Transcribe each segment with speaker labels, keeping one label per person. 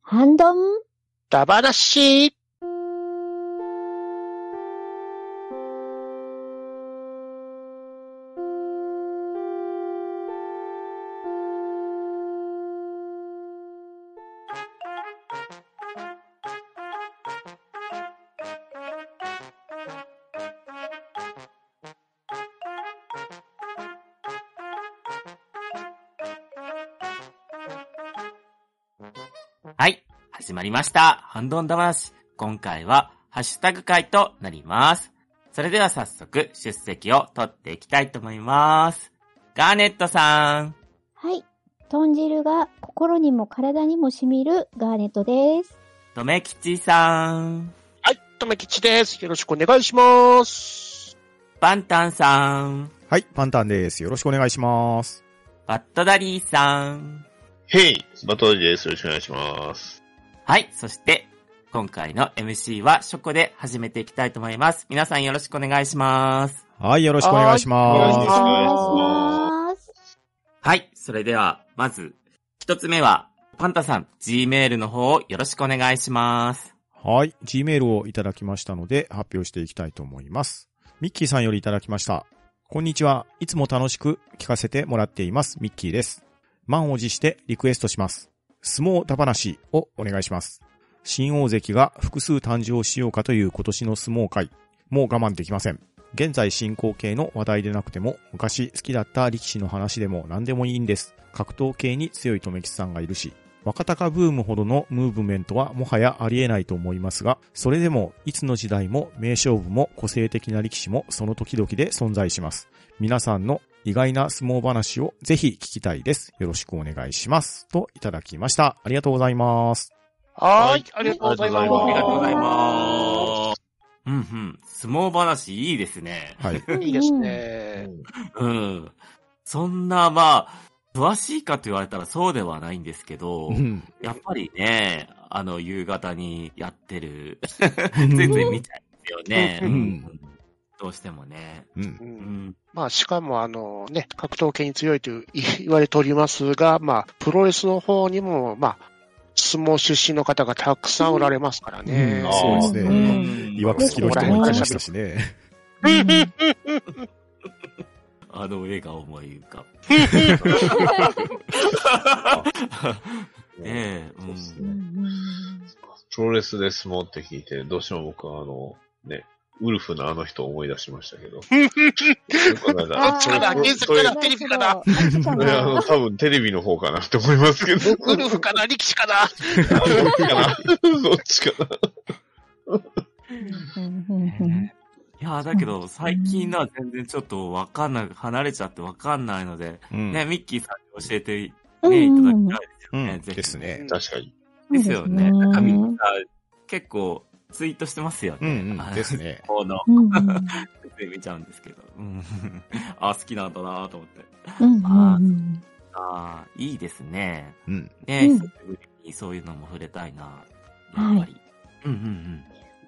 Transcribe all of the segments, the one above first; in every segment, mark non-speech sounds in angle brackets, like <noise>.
Speaker 1: ハンドン
Speaker 2: ダバなし
Speaker 3: はい。始まりました。ハンドンダ話。今回は、ハッシュタグ会となります。それでは早速、出席を取っていきたいと思います。ガーネットさん。
Speaker 1: はい。豚汁が心にも体にも染みるガーネットです。
Speaker 3: とめきちさん。
Speaker 2: はい、とめきちです。よろしくお願いします。
Speaker 3: パンタンさん。
Speaker 4: はい、パンタンです。よろしくお願いします。
Speaker 3: バットダリーさん。
Speaker 5: ヘイ、バトルです。よろしくお願いします。
Speaker 3: はい。そして、今回の MC は、ショコで始めていきたいと思います。皆さんよろしくお願いします。
Speaker 4: はい、よろしくお願いし
Speaker 2: はいお
Speaker 4: ま。
Speaker 2: 願いします
Speaker 1: 願いします。
Speaker 3: はい。それでは、まず、一つ目は、パンタさん、Gmail の方をよろしくお願いします。
Speaker 4: はい、Gmail をいただきましたので発表していきたいと思います。ミッキーさんよりいただきました。こんにちは。いつも楽しく聞かせてもらっています。ミッキーです。満を持してリクエストします。相撲田話をお願いします。新大関が複数誕生しようかという今年の相撲界。もう我慢できません。現在進行形の話題でなくても、昔好きだった力士の話でも何でもいいんです。格闘系に強いとめきさんがいるし、若鷹ブームほどのムーブメントはもはやありえないと思いますが、それでもいつの時代も名勝負も個性的な力士もその時々で存在します。皆さんの意外な相撲話をぜひ聞きたいです。よろしくお願いします。といただきました。ありがとうございます。
Speaker 2: は
Speaker 5: はい
Speaker 2: ーい、ありがとうござい
Speaker 5: あ
Speaker 2: ま
Speaker 5: り
Speaker 2: す。
Speaker 5: がと
Speaker 3: ありがとう
Speaker 5: う
Speaker 3: ご
Speaker 5: ご
Speaker 3: ざ
Speaker 5: ざ
Speaker 3: い
Speaker 5: い
Speaker 3: ます。うんうん。相撲話いいですね。
Speaker 4: はい。
Speaker 2: いいですね。
Speaker 3: うん。そんな、まあ、詳しいかと言われたらそうではないんですけど、
Speaker 4: うん
Speaker 3: やっぱりね、あの、夕方にやってる、全然見ちゃうんですよね。
Speaker 2: うん
Speaker 3: うんどうしてもね。
Speaker 4: うん
Speaker 2: う
Speaker 3: うんん。
Speaker 2: まあ、しかも、あのね、格闘系に強いという <laughs> い言われておりますが、まあ、プロレスの方にも、まあ、相撲出身の方がたくさんおられますからね。
Speaker 4: うんそうですね。いわく好きの人も言ってましたしね。
Speaker 3: あの絵が思い浮かぶ。ねえ、う。
Speaker 5: そうっす
Speaker 1: うん
Speaker 5: ね
Speaker 2: <laughs>
Speaker 1: ん
Speaker 5: プロレスで相撲って聞いて、どうしても僕はあの、ね、ウルフのあの人を思い出しましたけど。なん
Speaker 1: あー
Speaker 5: か
Speaker 1: あっち
Speaker 5: それ
Speaker 1: から
Speaker 2: 原作からテレビかな
Speaker 1: あっちか
Speaker 5: それあ
Speaker 1: な
Speaker 5: の、多分テレビの方かなって思いますけど。
Speaker 2: <laughs> ウルフかな力士かな
Speaker 5: あどっちかな <laughs> どっちかな
Speaker 1: うんうんうん
Speaker 3: いや、だけど、最近のは全然ちょっとわかんない、離れちゃってわかんないので、
Speaker 4: うん
Speaker 3: ね、ミッキーさんに教えて、
Speaker 1: うん
Speaker 3: ね、いただ
Speaker 1: うん
Speaker 3: きたいですよ
Speaker 4: う
Speaker 3: ね。ぜひ
Speaker 4: ん。ですね。
Speaker 5: 確かに。
Speaker 3: です
Speaker 1: そう
Speaker 3: よね。
Speaker 1: ですね
Speaker 3: なんかミッキーさん、結構、ツイートしてますよ
Speaker 4: う
Speaker 3: ね。
Speaker 4: んうん。ですね。
Speaker 3: この、
Speaker 1: うんうん
Speaker 3: 全然見ちゃうんですけど。うん。 <laughs> あ、好きなんだなと思って。
Speaker 1: うん
Speaker 3: あ
Speaker 1: うん
Speaker 3: ああ、いいですね。
Speaker 4: うん。
Speaker 3: ね、
Speaker 1: うん
Speaker 3: 久しぶりにそういうのも触れたいな。やっぱり。うんうんうん。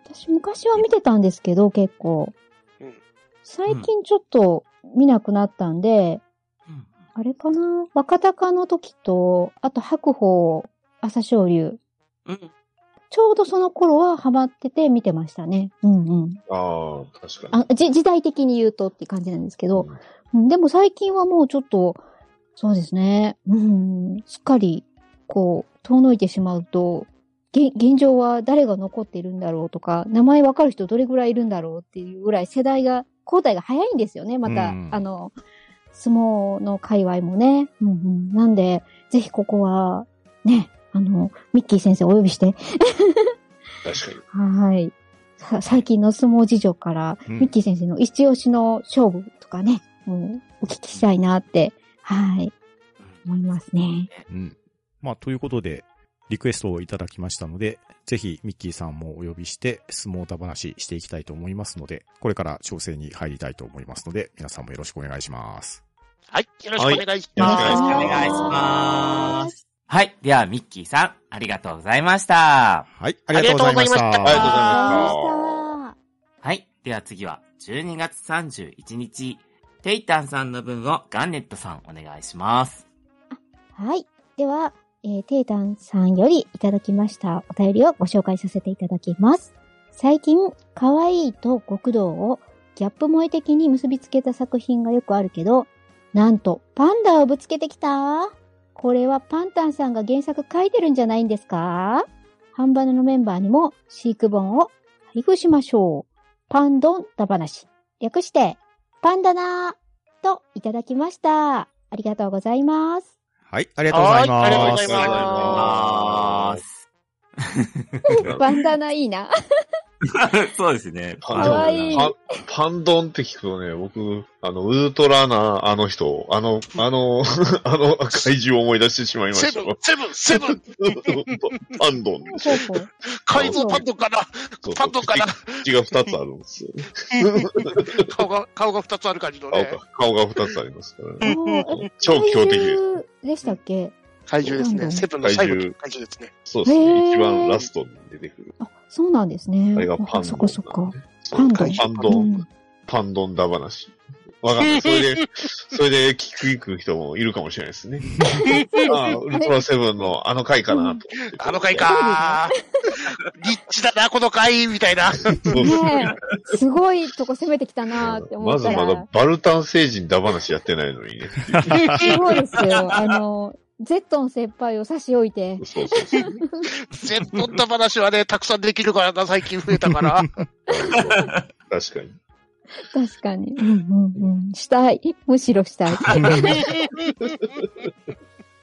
Speaker 1: 私昔は見てたんですけど、結構
Speaker 2: うん。
Speaker 1: 最近ちょっと見なくなったんで、
Speaker 3: うん
Speaker 1: あれかな若鷹の時と、あと白鵬、朝青龍。
Speaker 3: うん。
Speaker 1: ちょうどその頃はハマってて見てましたね。うんうん。
Speaker 5: ああ、確かに。
Speaker 1: あじ時代的に言うとって感じなんですけど、
Speaker 5: うん
Speaker 1: うんでも最近はもうちょっと、そうですね。うん、すっかり、こう、遠のいてしまうと、げ現状は誰が残っているんだろうとか、名前わかる人どれぐらいいるんだろうっていうぐらい世代が、交代が早いんですよね。また、
Speaker 4: うん
Speaker 1: あの、相撲の界隈もね。うんうん、なんで、ぜひここは、ね、あの、ミッキー先生お呼びして、
Speaker 5: 確かに。
Speaker 1: はい。さ最近の相撲事情から、
Speaker 4: うん
Speaker 1: ミッキー先生の一押しの勝負とかね、うん、お聞きしたいなって、はい、思いますね。
Speaker 4: うん。まあ、ということで、リクエストをいただきましたので、ぜひミッキーさんもお呼びして、相撲田話していきたいと思いますので、これから調整に入りたいと思いますので、皆さんもよろしくお願いします。
Speaker 2: はい、よろしくお願いし
Speaker 5: よろ
Speaker 2: ま
Speaker 5: しく
Speaker 2: す。
Speaker 5: お
Speaker 3: お願いします。はい。では、ミッキーさん、ありがとうございました。
Speaker 4: はい、ありがとうございまし
Speaker 2: あ
Speaker 4: た。
Speaker 2: りがとうござ
Speaker 5: あり
Speaker 2: い
Speaker 5: がとうございました。
Speaker 1: あ
Speaker 3: はい。では次は、12月31日、テイタンさんの分をガンネットさん、お願いします。
Speaker 1: はい。では、えー、テイタンさんよりいただきましたお便りをご紹介させていただきます。最近、可愛いと極道をギャップ萌え的に結びつけた作品がよくあるけど、なんと、パンダをぶつけてきたこれはパンタンさんが原作書いてるんじゃないんですかハンバナのメンバーにも飼育本を配布しましょう。パンドンダ話。略して、パンダなーといただきました。ありがとうございます。
Speaker 4: はい、ありがとうございます。
Speaker 2: はいありがとうござい
Speaker 5: ありがとうござい
Speaker 3: ま。
Speaker 5: ます
Speaker 1: バンダナいいな。
Speaker 3: <laughs> そうですね。
Speaker 5: か
Speaker 1: わいい
Speaker 5: パンパンドンって聞くとね、僕、あの、ウルトラなあの人、あの、あの、 <laughs> あの怪獣を思い出してしまいま
Speaker 2: セ
Speaker 5: した
Speaker 2: ブン
Speaker 5: わ。、
Speaker 2: セブン、セ
Speaker 5: <laughs>
Speaker 2: ブン、
Speaker 5: パンドン。
Speaker 1: そうそう。
Speaker 2: 改造パンドかな
Speaker 5: そう
Speaker 2: パンドかな
Speaker 5: 口が二つあるんですよ。
Speaker 2: 顔が、顔が2つある感じの
Speaker 5: 顔
Speaker 2: ね
Speaker 5: が。、顔が二つありますからね。
Speaker 1: あえ
Speaker 5: 超強敵です。。
Speaker 1: でしたっけ
Speaker 2: 怪獣ですね。セブンの最後の怪獣ですね。
Speaker 5: そうです
Speaker 1: へー
Speaker 5: ね。一番ラストに出てくる。
Speaker 1: あ、そうなんですね。
Speaker 5: あれがパンドンなんで
Speaker 1: そこそこ。
Speaker 5: そ
Speaker 1: パン
Speaker 5: う
Speaker 1: ドン
Speaker 5: パン
Speaker 1: う
Speaker 5: ドン、
Speaker 1: ん、
Speaker 5: パンドンだ話。わかんない。それで、それで聞く聞く人もいるかもしれないですね。あ
Speaker 1: <laughs>
Speaker 5: あウルトラセブンのあの回かなと思って。
Speaker 2: あの回かリッチだな、この回みたいな。
Speaker 5: そうそう
Speaker 1: ねえ、すごいとこ攻めてきたなーって思
Speaker 5: ま
Speaker 1: っ
Speaker 5: ず
Speaker 1: たら。
Speaker 5: まだバルタン星人だ話やってないのにね。
Speaker 1: すごいですよ。あの、ゼットン先輩を差し置いて。
Speaker 5: そうそうそう。
Speaker 2: 全部取った話はね、たくさんできるからな、最近増えたから。
Speaker 5: 確かに。
Speaker 1: 確かに。うんうんうん。したい。むしろしたい。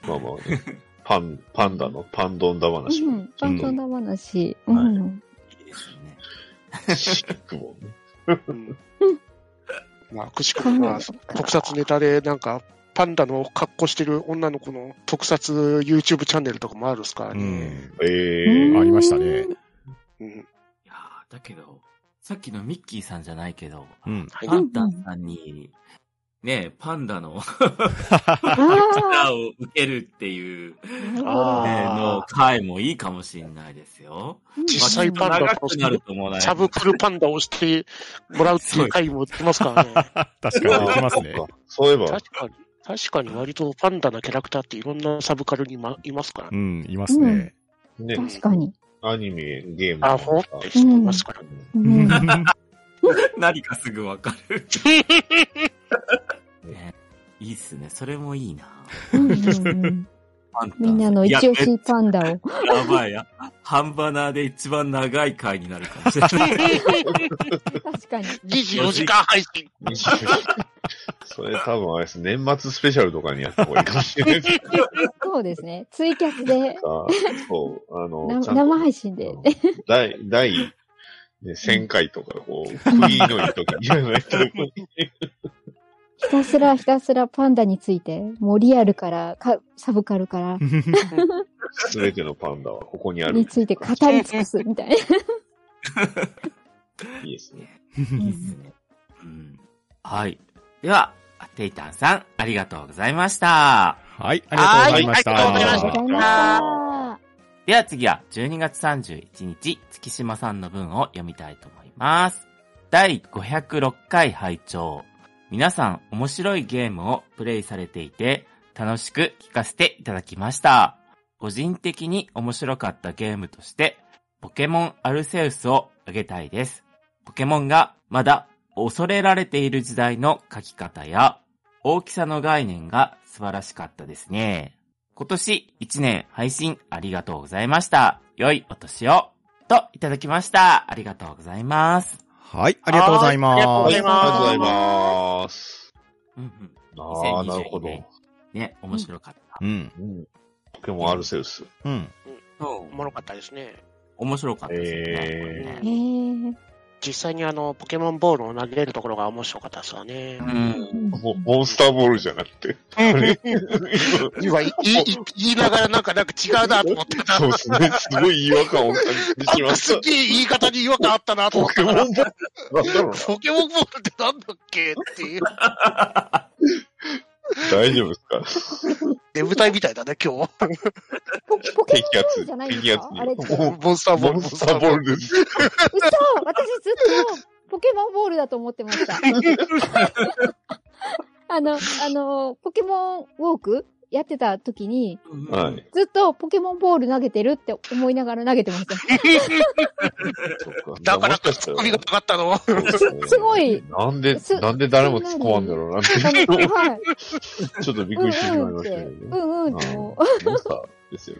Speaker 5: まあまあね。パン、パンダのパンドンだ話
Speaker 1: う
Speaker 5: も
Speaker 1: ん。パンドンだ話。う
Speaker 5: はい
Speaker 1: ん。
Speaker 3: いいですね。
Speaker 5: シックもね。
Speaker 2: うんまあ、くしく
Speaker 1: パ
Speaker 2: も
Speaker 1: ン
Speaker 2: ま
Speaker 1: ダ
Speaker 2: あ
Speaker 1: と、か
Speaker 2: 特撮ネタで、なんか、パンダの格好してる女の子の特撮 YouTube チャンネルとかもあるっすから
Speaker 4: う
Speaker 2: ね。
Speaker 4: ん。
Speaker 5: ええ
Speaker 4: ありましたね。
Speaker 2: うん
Speaker 3: いやーだけど、さっきのミッキーさんじゃないけど、
Speaker 4: うん。
Speaker 3: パンダさんに、ねえ、パンダの
Speaker 1: あ
Speaker 3: 力を受けるっていう、
Speaker 1: あ。
Speaker 3: えーの回もいいかもしれないですよ。
Speaker 2: 実際パンダ
Speaker 3: 長くなると思わない。
Speaker 2: サブクルパンダをしてもらうっていう回も出ますからね。
Speaker 4: 確かにできますね。
Speaker 5: あそういえば、
Speaker 2: 確かに。確かに割とパンダなキャラクターっていろんなサブカルにまいますから
Speaker 4: う
Speaker 2: ね。
Speaker 4: ん、いますね。
Speaker 5: ね、
Speaker 1: 確かに。
Speaker 5: アニメ、ゲーム。
Speaker 2: アホって人いますからね。
Speaker 1: うん。
Speaker 3: <laughs> 何かすぐわかる。ねいいっすね。それもいいな。
Speaker 1: うんうん <laughs> うん
Speaker 3: パンダ
Speaker 1: みんなの一押
Speaker 3: い
Speaker 1: しパンダ
Speaker 5: <laughs>
Speaker 1: を。
Speaker 3: ややばいや。半バナーで一番長い回になるかもしれない。
Speaker 1: 確かに。
Speaker 2: <laughs> 24時間配信。
Speaker 5: それ多分あれです。年末スペシャルとかにやった方がいいかもしれないです
Speaker 1: そうですね。ツイキャスで、
Speaker 5: か。そう、あの、
Speaker 1: な
Speaker 5: ちゃんと
Speaker 1: 生配信で。
Speaker 5: うん第、第、ね、1000回とか、こう、クイーの糸が言わないと、
Speaker 1: ひたすらひたすらパンダについて、もうリアルから、かサブカルから、
Speaker 5: すべてのパンダはここにある
Speaker 1: に。ついて語り尽くすみたいな。
Speaker 5: いいですね。
Speaker 1: うん
Speaker 3: いいっすね。うん。はい。では、テイタンさん、ありがとうございました。
Speaker 4: はい、ありがとうございました。
Speaker 2: はいありが
Speaker 1: あ
Speaker 2: と
Speaker 1: り
Speaker 2: う
Speaker 1: がとうございま
Speaker 2: まし
Speaker 1: したた。
Speaker 3: では次は12月31日、月島さんの文を読みたいと思います。第506回拝聴皆さん面白いゲームをプレイされていて、楽しく聞かせていただきました。個人的に面白かったゲームとして、ポケモンアルセウスをあげたいです。ポケモンがまだ恐れられている時代の書き方や、大きさの概念が素晴らしかったですね。今年1年配信ありがとうございました。良いお年を。と、いただきました。ありがとうございます。
Speaker 4: はい、ありがとうござい
Speaker 2: ありがとうご
Speaker 4: ま
Speaker 5: はい、
Speaker 2: ざい
Speaker 5: あり
Speaker 2: ます
Speaker 5: がとうございます。
Speaker 3: うんうん。
Speaker 5: ああ、なるほど。
Speaker 3: ね、面白かった。
Speaker 4: す。うん。
Speaker 5: うん。ポケモンアルセウス。
Speaker 4: うん。
Speaker 3: そ
Speaker 2: おもろかったですね。
Speaker 3: 面白かったですよね。
Speaker 5: えー
Speaker 3: これね
Speaker 1: えー
Speaker 2: 実際にあの、ポケモンボールを投げれるところが面白かったですわね
Speaker 3: う。ん。
Speaker 5: モモンスターボールじゃなくて。
Speaker 2: 今、いいい言いながらなんか、なんか違うなと思ってた。
Speaker 5: <laughs> そうですね。すごい違和感を感じて
Speaker 2: な
Speaker 5: し
Speaker 2: ん
Speaker 5: ま
Speaker 2: か
Speaker 5: っ
Speaker 2: す
Speaker 5: た
Speaker 2: っ。げえ言い方に違和感あったなと思
Speaker 5: ポ
Speaker 2: っ
Speaker 5: ケ
Speaker 2: た
Speaker 5: モ
Speaker 2: か
Speaker 5: ン
Speaker 2: ら、
Speaker 5: ボールなんだろうな。
Speaker 2: ポケモンボールってなんだっけっていう。
Speaker 5: 大丈夫ですか
Speaker 2: 眠たいみたいだね、今
Speaker 1: ポ
Speaker 2: 日。
Speaker 1: ポケ
Speaker 5: 敵
Speaker 1: モンボール
Speaker 5: 圧
Speaker 1: じゃない。ん
Speaker 5: 敵
Speaker 1: です
Speaker 5: 圧
Speaker 1: か
Speaker 5: に
Speaker 1: あれって。。嘘
Speaker 5: モン
Speaker 2: モンスターボール、
Speaker 5: モンスターボ
Speaker 2: <laughs>
Speaker 5: ールです。
Speaker 1: 私ずっとポケモンボールだと思って
Speaker 5: <laughs>
Speaker 1: ました。あの、あの、ポケモンウォークやってた時に、
Speaker 5: は
Speaker 3: はい。
Speaker 5: い。
Speaker 1: ずっとポケモンボール投げてるって思いながら投げてました。
Speaker 5: そっ
Speaker 2: だから、
Speaker 5: もし
Speaker 2: ツ
Speaker 5: した
Speaker 2: ッコミがなかった
Speaker 4: <laughs>
Speaker 2: の。
Speaker 5: そうですね
Speaker 1: すごい、
Speaker 5: なんですなんで誰も突っ込まんだろうなって、
Speaker 1: はい。
Speaker 5: ちょっとびっ
Speaker 1: う
Speaker 5: く
Speaker 1: ん
Speaker 5: りしてしまい
Speaker 1: うんっ。
Speaker 5: ましてたけどね。
Speaker 1: うんうんってもう。
Speaker 5: モンスターですよ。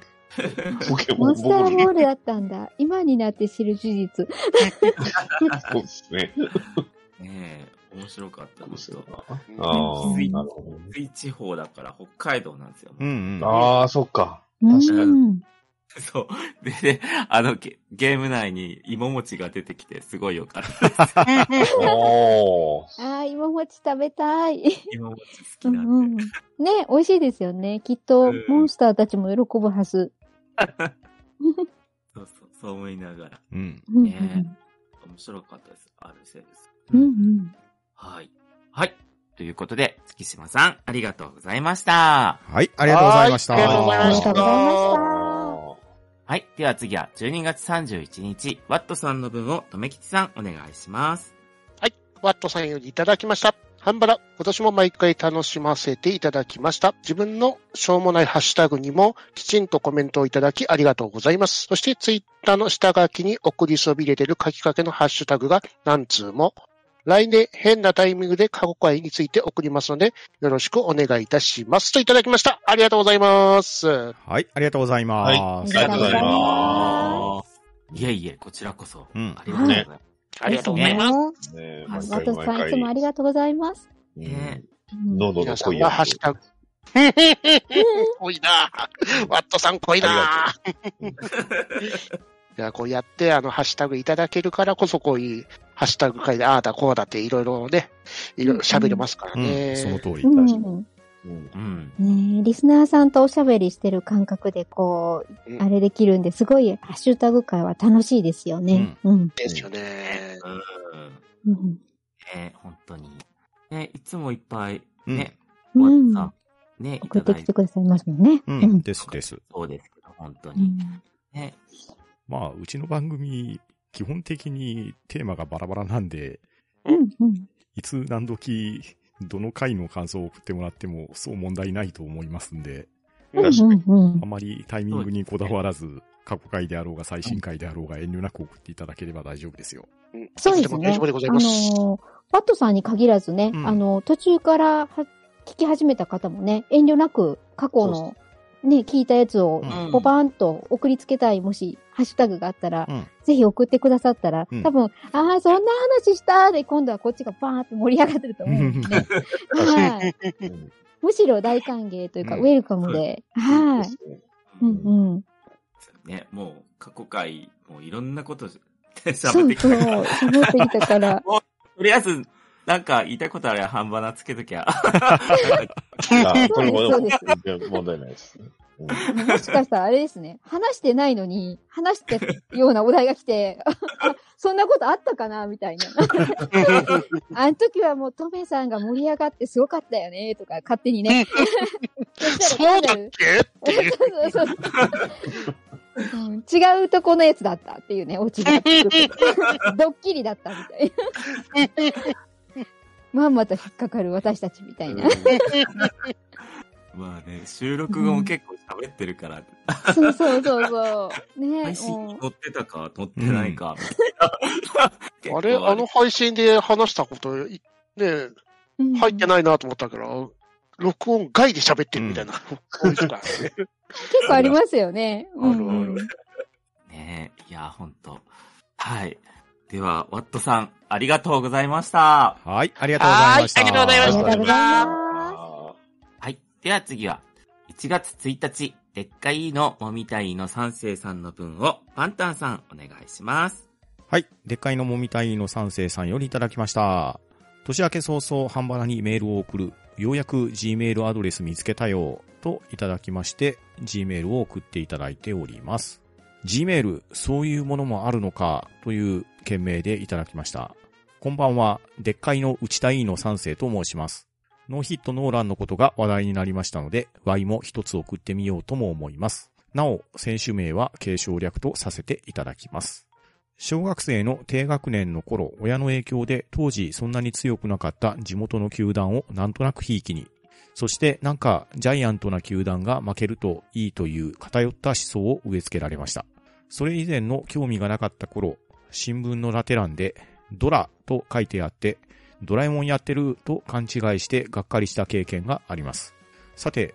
Speaker 5: ポケ
Speaker 1: モ
Speaker 5: モ
Speaker 1: ン
Speaker 5: ン
Speaker 1: スター
Speaker 5: ボー
Speaker 1: ボ
Speaker 5: ル。
Speaker 1: ールだったんだ。今になって知る事実。
Speaker 5: そうですね。
Speaker 3: ねえ、面白かった
Speaker 5: そう
Speaker 3: で
Speaker 5: ですす
Speaker 3: よ
Speaker 5: よ。あ
Speaker 1: うん
Speaker 5: あ、なるほどね。
Speaker 3: 福井地方だから北海道なんですよ。
Speaker 4: うんうん。
Speaker 5: ああ、そっか。
Speaker 1: う
Speaker 5: 確かに
Speaker 1: ん。
Speaker 3: <laughs> そう。で、であのゲ、ゲーム内に芋餅が出てきて、すごい良かった <laughs> です。
Speaker 5: おー。
Speaker 1: ああ、芋餅食べたい。
Speaker 3: 芋餅好
Speaker 1: う
Speaker 3: き
Speaker 1: ん
Speaker 3: な
Speaker 1: うんん
Speaker 3: で。
Speaker 1: ね、美味しいですよね。きっと
Speaker 3: うん、
Speaker 1: モンスターたちも喜ぶはず。
Speaker 3: そうそう、そう思いながら。
Speaker 4: うん。
Speaker 1: うん
Speaker 3: ね面白かったです。あるせいです。
Speaker 1: うん。うんうん。
Speaker 3: はい。はい。ということで、月島さん、ありがとうございました。
Speaker 4: はい、ありがとうございました。
Speaker 2: はいありがとうございまし
Speaker 1: ありがとうございました
Speaker 3: はい。では次は12月31日、ワットさんの分を、とめきちさん、お願いします。
Speaker 2: ワットさんよりいただきました。ハンバラ、今年も毎回楽しませていただきました。自分のしょうもないハッシュタグにもきちんとコメントをいただきありがとうございます。そしてツイッターの下書きに送りそびれてる書きかけのハッシュタグが何通も。来年変なタイミングで過去回について送りますので、よろしくお願いいたします。といただきました。ありがとうございます。
Speaker 4: はい、ありがとうございま
Speaker 1: あ
Speaker 4: す。
Speaker 1: り
Speaker 5: は
Speaker 1: がとうございま
Speaker 3: いえいえ、こちらこそ、
Speaker 4: うん
Speaker 3: ありがとうございます。
Speaker 2: ありがとうございます。
Speaker 1: す。
Speaker 5: ねえ
Speaker 3: あ
Speaker 5: 毎
Speaker 1: ワ
Speaker 5: 回
Speaker 1: トスさん、い
Speaker 5: 毎
Speaker 1: つもあ
Speaker 5: 回
Speaker 1: りがとうございます。
Speaker 3: ね
Speaker 1: うん
Speaker 5: 喉
Speaker 2: 皆
Speaker 5: の
Speaker 2: さ
Speaker 5: 濃い
Speaker 2: んはハ
Speaker 5: や
Speaker 2: ッシ
Speaker 5: つ
Speaker 2: ュ。タグ。 <laughs> 濃いなワットさん濃いな
Speaker 5: あ
Speaker 2: <laughs> いや、こうやって、あの、ハッシュタグいただけるからこそ、こういう、ハッシュタグ会で、ああだこうだって、いろいろね、いろいろ喋れますから
Speaker 4: うん、
Speaker 2: ね。
Speaker 4: その通り。
Speaker 1: うん
Speaker 5: 確かうん
Speaker 3: うん。
Speaker 1: ねえリスナーさんとおしゃべりしてる感覚で、こ
Speaker 2: う
Speaker 1: う、
Speaker 2: ん
Speaker 1: あれできるんで、すごい、ハッシュタグ会は楽しいですよね。うん。
Speaker 2: ですよね。
Speaker 3: うん。
Speaker 1: うん。
Speaker 3: ね本当に。ねいつもいっぱい、
Speaker 4: うん
Speaker 3: ね、
Speaker 1: う
Speaker 3: ワッ
Speaker 1: ん
Speaker 3: トさん、ね、い
Speaker 1: 送
Speaker 3: た
Speaker 1: って
Speaker 3: だ
Speaker 1: き
Speaker 3: い
Speaker 1: て
Speaker 3: て。
Speaker 1: くださいますもんね。
Speaker 4: う、
Speaker 1: うんん。
Speaker 4: ですです。
Speaker 3: そうですけど、本当
Speaker 1: う
Speaker 3: に。
Speaker 1: ん
Speaker 3: ね、
Speaker 4: まあ、うちの番組、基本的にテーマがバラバラなんで、
Speaker 1: うん。うん
Speaker 4: いつ何時、どの回の感想を送ってもらっても、そう問題ないと思いますんで、
Speaker 1: うん。
Speaker 5: 確かに。
Speaker 1: うん
Speaker 4: あまりタイミングにこだわらず、過去回であろうが最新回であろうが遠慮なく送っていただければ大丈夫ですよ。
Speaker 2: うん
Speaker 1: そうで
Speaker 2: と
Speaker 1: す
Speaker 2: ても
Speaker 1: ね。
Speaker 2: 大丈夫でございます。
Speaker 1: あのー、バットさんに限らずね、
Speaker 4: うん
Speaker 1: あの、途中からは聞き始めた方もね、遠慮なく過去の、ね、聞いたやつを
Speaker 4: う、ん
Speaker 1: ポパーンと送りつけたい、もし、ハッシュタグがあったら、
Speaker 4: うん
Speaker 1: ぜひ送ってくださったら、
Speaker 4: うん
Speaker 1: 多分、ああ、そんな話したーで、今度はこっちがバーンって盛り上がってると思
Speaker 4: <laughs>
Speaker 1: うんですね。はい。
Speaker 5: うん
Speaker 1: むしろ大歓迎というか、
Speaker 4: うん
Speaker 1: ウェルカムで、はい。う
Speaker 3: うんん
Speaker 1: うん。
Speaker 3: ね、もう、過去回、もういろんなことし
Speaker 1: そ
Speaker 3: 喋っ
Speaker 1: う
Speaker 3: てきた
Speaker 1: そう、
Speaker 3: から
Speaker 1: 喋ってきたから。
Speaker 3: とりあえず、なんか言いたいことあれば半ばなつけときゃ。
Speaker 5: あこれも
Speaker 1: そうです
Speaker 5: 全然問題ないですね。うん
Speaker 1: <laughs> もしかしたらあれですね。話してないのに、話してたようなお題が来て、 <laughs> そんなことあったかなみたい <laughs> な。あの時はもうトメさんが盛り上がってすごかったよねとか勝手にね。 <laughs>
Speaker 2: そうだっけっていう
Speaker 1: そうそうそううん違うとこのやつだったっていうね、オチ <laughs> がつくけど。ドッキリだったみたい <laughs> な。まんまと引っかかる私たちみたいな。
Speaker 3: <laughs> まあね、収録後も結構喋ってるから、
Speaker 1: そうそうそうそう。ね
Speaker 3: 配信
Speaker 1: も
Speaker 3: に載ってたか、載ってないか、みたいな
Speaker 2: あれ
Speaker 3: <laughs> 結構
Speaker 2: あの配信で話したこと、いね、
Speaker 1: ううん
Speaker 2: 入ってないなと思ったけど、録音外で喋ってるみたいな。 <laughs> こういう人がね
Speaker 1: 結構ありますよね。
Speaker 2: あるある
Speaker 1: うん
Speaker 3: ねえ、いや、ほんと。はい。では、ワットさん、ありがとうございました。
Speaker 4: はい、ありがとうございました。
Speaker 2: はいありがとうござい
Speaker 1: あ
Speaker 2: ま
Speaker 1: り
Speaker 2: し
Speaker 1: が
Speaker 2: た
Speaker 1: とうございます。
Speaker 5: あ
Speaker 3: はい。では次は、1月1日、でっかいのもみたいの三世さんの分を、パンタンさん、お願いします。
Speaker 4: はい。でっかいのもみたいの三世さんよりいただきました。年明け早々、半ばらにメールを送る。ようやく Gmail アドレス見つけたよ。といただきまして、Gmail を送っていただいております。Gmail、そういうものもあるのか、という件名でいただきました。こんばんは、でっかいの内田委員の三世と申します。ノーヒットノーランのことが話題になりましたので、Y も一つ送ってみようとも思います。なお、選手名は継承略とさせていただきます。小学生の低学年の頃、親の影響で当時そんなに強くなかった地元の球団をなんとなくひいきに、そしてなんかジャイアントな球団が負けるといいという偏った思想を植え付けられました。それ以前の興味がなかった頃、新聞のラテ欄でドラと書いてあって、ドラえもんやってると勘違いしてがっかりした経験があります。さて、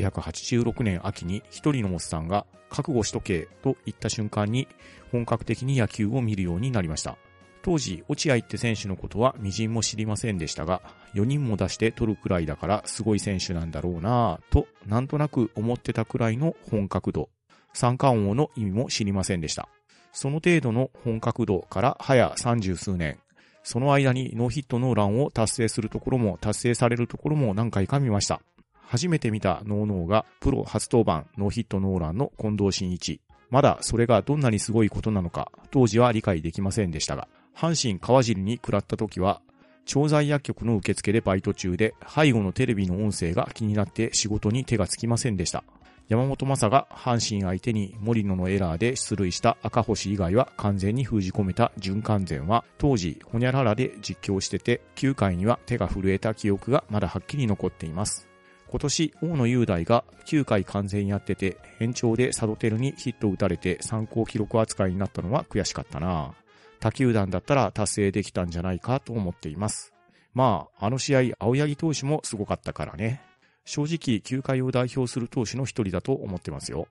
Speaker 4: 1986年秋に一人のおっさんが覚悟しとけと言った瞬間に本格的に野球を見るようになりました。当時、落合って選手のことは微塵も知りませんでしたが、4人も出して取るくらいだからすごい選手なんだろうなぁと、なんとなく思ってたくらいの本格度。三冠王の意味も知りませんでした。その程度の本格度から早三十数年。その間にノーヒットノーランを達成するところも達成されるところも何回か見ました。初めて見たノーノーがプロ初登板ノーヒットノーランの近藤真一。まだそれがどんなにすごいことなのか、当時は理解できませんでしたが、阪神川尻に食らった時は、調剤薬局の受付でバイト中で、背後のテレビの音声が気になって仕事に手がつきませんでした。山本昌が阪神相手に森野のエラーで出塁した赤星以外は完全に封じ込めた準完全は当時ホニャララで実況してて9回には手が震えた記憶がまだはっきり残っています。今年大野雄大が9回完全やってて延長でサドテルにヒット打たれて参考記録扱いになったのは悔しかったな他球団だったら達成できたんじゃないかと思っています。まあ、あの試合青柳投手もすごかったからね。正直、球界を代表する投手の一人だと思ってますよ。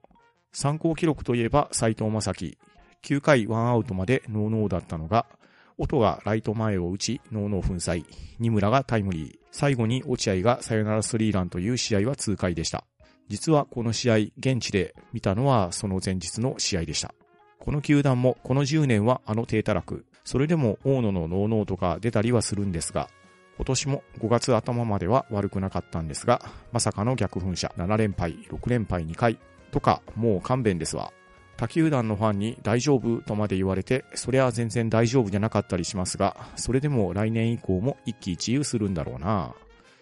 Speaker 4: 参考記録といえば、斎藤正樹。9回ワンアウトまでノーノーだったのが、音がライト前を打ち、ノーノー粉砕。二村がタイムリー。最後に落合がサヨナラスリーランという試合は痛快でした。実はこの試合、現地で見たのはその前日の試合でした。この球団もこの10年はあの低たらく、それでも大野のノーノーとか出たりはするんですが、今年も5月頭までは悪くなかったんですが、まさかの逆噴射7連敗、6連敗2回とかもう勘弁ですわ。他球団のファンに大丈夫とまで言われて、そりゃ全然大丈夫じゃなかったりしますが、それでも来年以降も一喜一憂するんだろうな。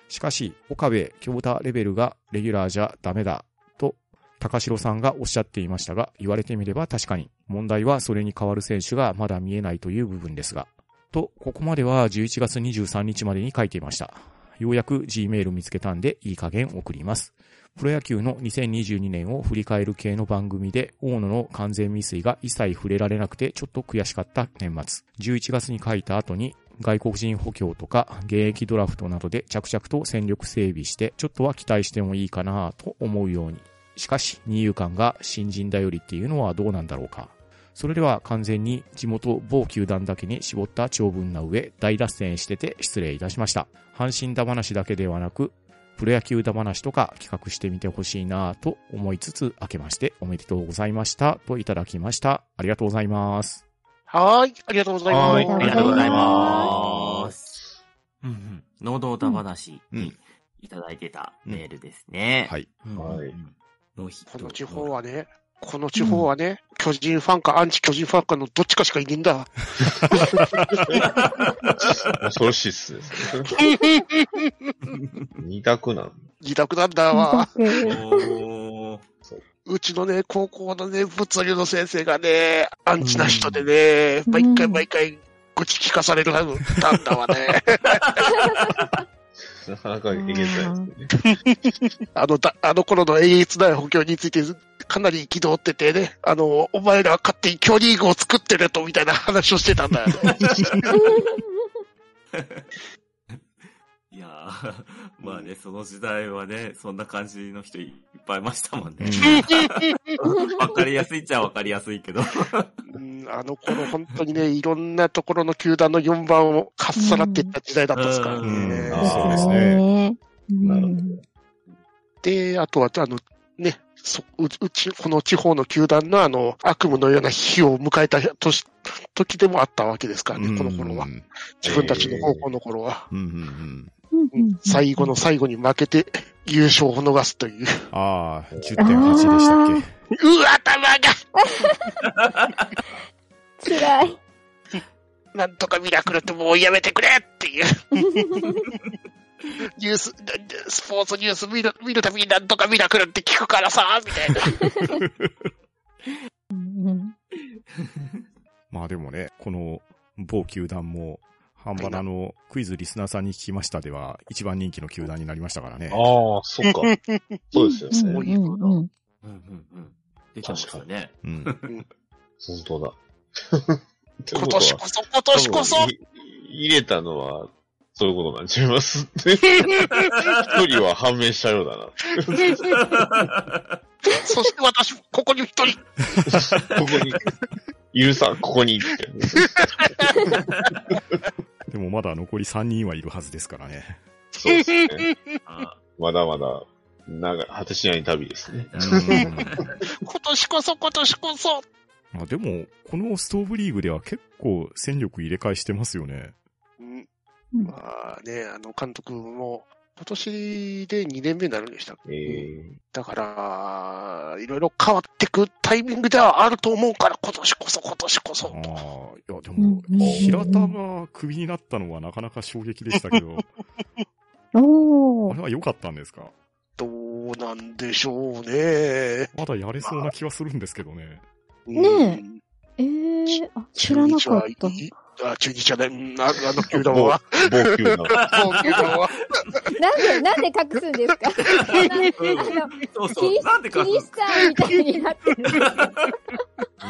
Speaker 4: しかし、岡部京太レベルがレギュラーじゃダメだと、高城さんがおっしゃっていましたが、言われてみれば確かに、問題はそれに代わる選手がまだ見えないという部分ですが。と、ここまでは11月23日までに書いていました。ようやく Gmail 見つけたんでいい加減送ります。プロ野球の2022年を振り返る系の番組で、大野の完全未遂が一切触れられなくてちょっと悔しかった年末。11月に書いた後に、外国人補強とか現役ドラフトなどで着々と戦力整備して、ちょっとは期待してもいいかなと思うように。しかし、二遊間が新人頼りっていうのはどうなんだろうか。それでは完全に地元某球団だけに絞った長文な上、大脱線してて失礼いたしました。阪神だ話だけではなく、プロ野球だ話とか企画してみてほしいなぁと思いつつ、明けましておめでとうございましたといただきました。ありがとうございます。
Speaker 2: はーい、ありがとうございます。
Speaker 5: はーい
Speaker 3: あ
Speaker 1: あ
Speaker 3: り
Speaker 1: り
Speaker 3: が
Speaker 1: が
Speaker 3: と
Speaker 1: と
Speaker 3: う
Speaker 1: うご
Speaker 3: ござ
Speaker 1: ざ
Speaker 3: い
Speaker 1: い
Speaker 3: ま。
Speaker 1: ます
Speaker 3: うんうん。能動歌話にいただいてたメールですね。
Speaker 4: はい。
Speaker 3: うんうん
Speaker 5: はい
Speaker 3: ノーヒット
Speaker 2: この地方はね、この地方はね、巨人ファンかアンチ巨人ファンかのどっちかしかいねえんだ。
Speaker 5: 恐ろしいっすね。それ二択なん。
Speaker 2: 自宅なんだわ。
Speaker 1: う
Speaker 3: おー
Speaker 2: うちのね、高校のね、物理の先生がね、アンチな人でね、
Speaker 1: うん
Speaker 2: 毎回毎回愚痴聞かされるたんだわね。
Speaker 5: なかなかえげつないですね。
Speaker 2: あのだ、あの頃の永遠ない補強について、かなり憤っててね、あの、お前らは勝手に巨リーグを作ってると、みたいな話をしてたんだよね。
Speaker 3: <laughs> いやー、 <laughs> まあね、その時代はね、そんな感じの人いっぱいいましたもんね。わかりやすいっちゃわかりやすいけど。
Speaker 2: うんあの頃、本当にね、 <laughs> いろんなところの球団の4番をかっさらっていった時代だったんですからね。
Speaker 3: うん
Speaker 5: あーそうです
Speaker 1: ね。
Speaker 5: なるほ
Speaker 2: で、あとは、あの、ね、そううち、この地方の球団のあの、悪夢のような日を迎えた年、時でもあったわけですからね、この頃は
Speaker 4: う。ん
Speaker 2: 自分たちの高校の頃は。
Speaker 4: うんうん。
Speaker 1: うんうん
Speaker 2: 最後の最後に負けて優勝を逃すという。
Speaker 4: ああ、10.8でしたっ
Speaker 2: <laughs>
Speaker 4: け。
Speaker 2: うわ、頭が
Speaker 1: 辛い。
Speaker 2: なんとかミラクルってもうやめてくれっていう。 <laughs> ニュース、スポーツニュース見る見るたびになんとかミラクルって聞くからさ、みたいな。
Speaker 1: うんうん
Speaker 4: まあでもね、この某球団も、半ばあの、クイズリスナーさんに聞きましたでは、一番人気の球団になりましたからね。
Speaker 5: ああ、そっか。 <laughs> そうですよ
Speaker 1: う
Speaker 5: ね。
Speaker 1: んうんうん
Speaker 3: うんうんうん。できましたね。
Speaker 4: うん。
Speaker 5: 本当だ。
Speaker 2: 今年こそ、今年こそ
Speaker 5: 多分い入れたのは、そういうことなんちゃいます。一人は判明したようだな。
Speaker 2: <laughs> そして私、ここに一人。 <laughs>
Speaker 5: ここに、いるさん、ここにって。
Speaker 4: でもまだ残り3人はいるはずですから
Speaker 2: <laughs>
Speaker 4: ね。
Speaker 5: そうですね。
Speaker 3: あ
Speaker 5: まだまだ、長い、果てしない旅ですね。
Speaker 2: 今年こそ、今年こそ。
Speaker 4: まあでも、このストーブリーグでは結構戦力入れ替えしてますよね。
Speaker 2: うん
Speaker 1: うん
Speaker 2: まあね、あの、監督も、今年で2年目になるんでしたっ
Speaker 5: え
Speaker 2: け <laughs>
Speaker 5: ー、
Speaker 2: だから、いろいろ変わってくタイミングではあると思うから、今年こそ、今年こ
Speaker 4: あ
Speaker 2: そ
Speaker 4: あ、い。やで
Speaker 1: うん
Speaker 4: も
Speaker 1: う、ん
Speaker 4: 平田がクビになったのはなかなか衝撃でしたけ
Speaker 1: <laughs>
Speaker 4: ど、
Speaker 1: お
Speaker 4: あ
Speaker 1: ー
Speaker 4: れは良かったんですか
Speaker 2: どうなんでしょうね。
Speaker 4: まだやれそうな気はするんですけどね。
Speaker 1: ねえ
Speaker 2: え。
Speaker 1: ー、あ、知らなかった
Speaker 2: 中。日はいいあ、中日じゃない、うんああの球団は。
Speaker 5: 冒険な。
Speaker 2: もう球団は。
Speaker 1: なんで、なんで隠すんですかな
Speaker 3: そう
Speaker 1: キリ
Speaker 3: そう。
Speaker 1: ス
Speaker 3: なんでか
Speaker 1: キリシタンみたいになってる。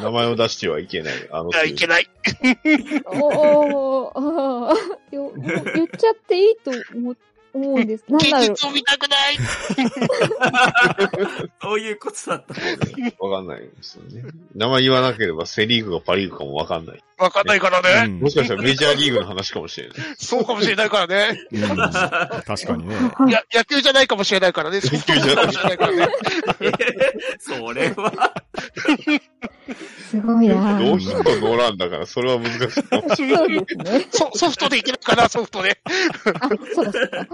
Speaker 5: 名前を出してはいけない。あの
Speaker 2: <laughs> い、や、いけない。
Speaker 1: おおーよもう言っちゃっていいと思思うんです。なん
Speaker 2: 現
Speaker 1: だろう。
Speaker 2: 実を見たくない。
Speaker 3: そういうことだった。
Speaker 5: わかんないですよね。名前言わなければセリーグかパリーグかもわかんない。
Speaker 2: わかんないから
Speaker 4: う
Speaker 2: ね。
Speaker 4: ん、う
Speaker 5: も
Speaker 4: ん
Speaker 5: しかしたらメジャーリーグの話かもしれない。
Speaker 2: そうかもしれないからね。
Speaker 4: 確かにね。
Speaker 2: いや、野球じゃないかもしれない <laughs> からね。
Speaker 5: 野球じゃな
Speaker 2: か
Speaker 5: い
Speaker 2: もしれないからね。
Speaker 3: それは、
Speaker 1: すごいな。
Speaker 5: ノーヒットノーランだから、それは難しいかもし
Speaker 1: そうですね。
Speaker 2: ソソフトでいけるかな、ソフト <laughs> で。
Speaker 1: あ、そうだそうだ。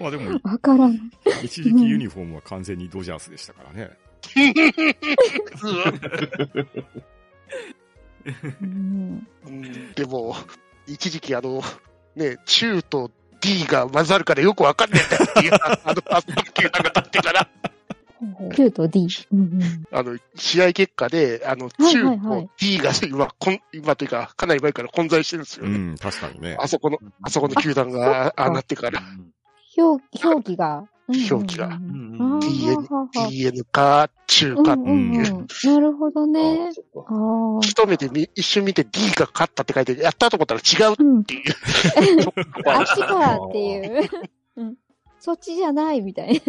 Speaker 4: まあでも、
Speaker 1: わからん。
Speaker 4: 一時期ユニフォームは完全にドジャースでしたからね。
Speaker 1: うん
Speaker 2: うんでも、一時期あの、ね、中と D が混ざるからよくわかんないんだよっていう <laughs> あの、あの球団が立ってから、
Speaker 1: Q と D。うんうん
Speaker 2: あの、試合結果で、あの、
Speaker 1: はい
Speaker 2: 中
Speaker 1: はいはい
Speaker 2: と D が今、こん今というか、かなり前から混在してるんですよ
Speaker 4: う
Speaker 2: ね。
Speaker 4: ん、確かにね。
Speaker 2: あそこの、あそこの球団が、ああなってから、
Speaker 1: 表表記が。
Speaker 2: 表記が
Speaker 1: うんうん
Speaker 3: う
Speaker 1: うん
Speaker 3: ん
Speaker 1: あー
Speaker 2: DN
Speaker 1: はは
Speaker 2: DN か、中
Speaker 1: うん
Speaker 2: か
Speaker 1: う
Speaker 2: って
Speaker 1: ん
Speaker 2: いう。
Speaker 1: うんなるほど
Speaker 5: れ
Speaker 1: ね
Speaker 5: ない。。そっ
Speaker 1: あ
Speaker 5: か
Speaker 1: あ。
Speaker 2: 一目で見一瞬見て D が勝ったって書いて、やったと思ったら違うっ
Speaker 1: うん。
Speaker 2: ていう。
Speaker 1: <laughs> あっちからって <laughs> いう。うんそっちじゃないみたい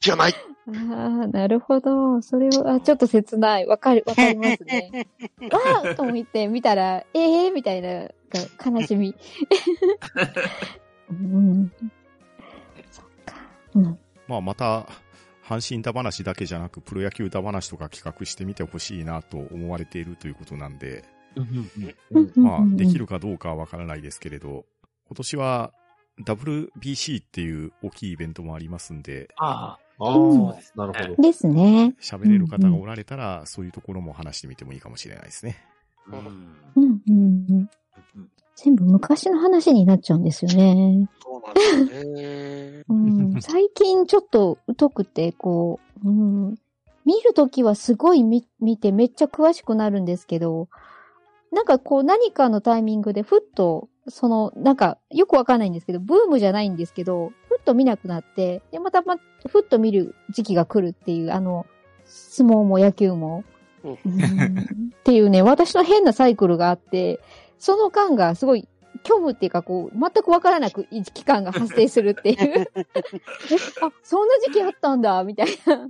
Speaker 2: じゃない。
Speaker 1: な。ああ、なるほど。それは、あちょっと切ない。わかる、わかります <laughs> ね。わーと思って見たら、ええー、みたいな、が悲し <laughs> み。うん。そっか。うん。
Speaker 4: まあまた、阪神歌話だけじゃなく、プロ野球歌話とか企画してみてほしいなと思われているということなんで、まあ、できるかどうかはわからないですけれど、今年は WBC っていう大きいイベントもありますんで、
Speaker 3: あ
Speaker 5: あ
Speaker 1: うん
Speaker 5: あ、なるほど。
Speaker 1: ですね。
Speaker 4: 喋れる方がおられたら、そういうところも話してみてもいいかもしれないですね。
Speaker 3: あ。
Speaker 1: うん、うん、うん。全部昔の話になっちゃうんですよね。
Speaker 2: そうなんですね。
Speaker 1: うん、最近ちょっと疎くて、こう、うん、見るときはすごい見見てめっちゃ詳しくなるんですけど、なんかこう何かのタイミングでふっと、その、なんかよくわかんないんですけど、ブームじゃないんですけど、ふっと見なくなって、で、またま、ふっと見る時期が来るっていう、あの、相撲も野球も、
Speaker 2: うん
Speaker 1: うんっていうね、私の変なサイクルがあって、その間がすごい虚無っていうか、こう、全くわからなくい期間が発生するっていう。えあ、そんな時期あったんだ、みたいな。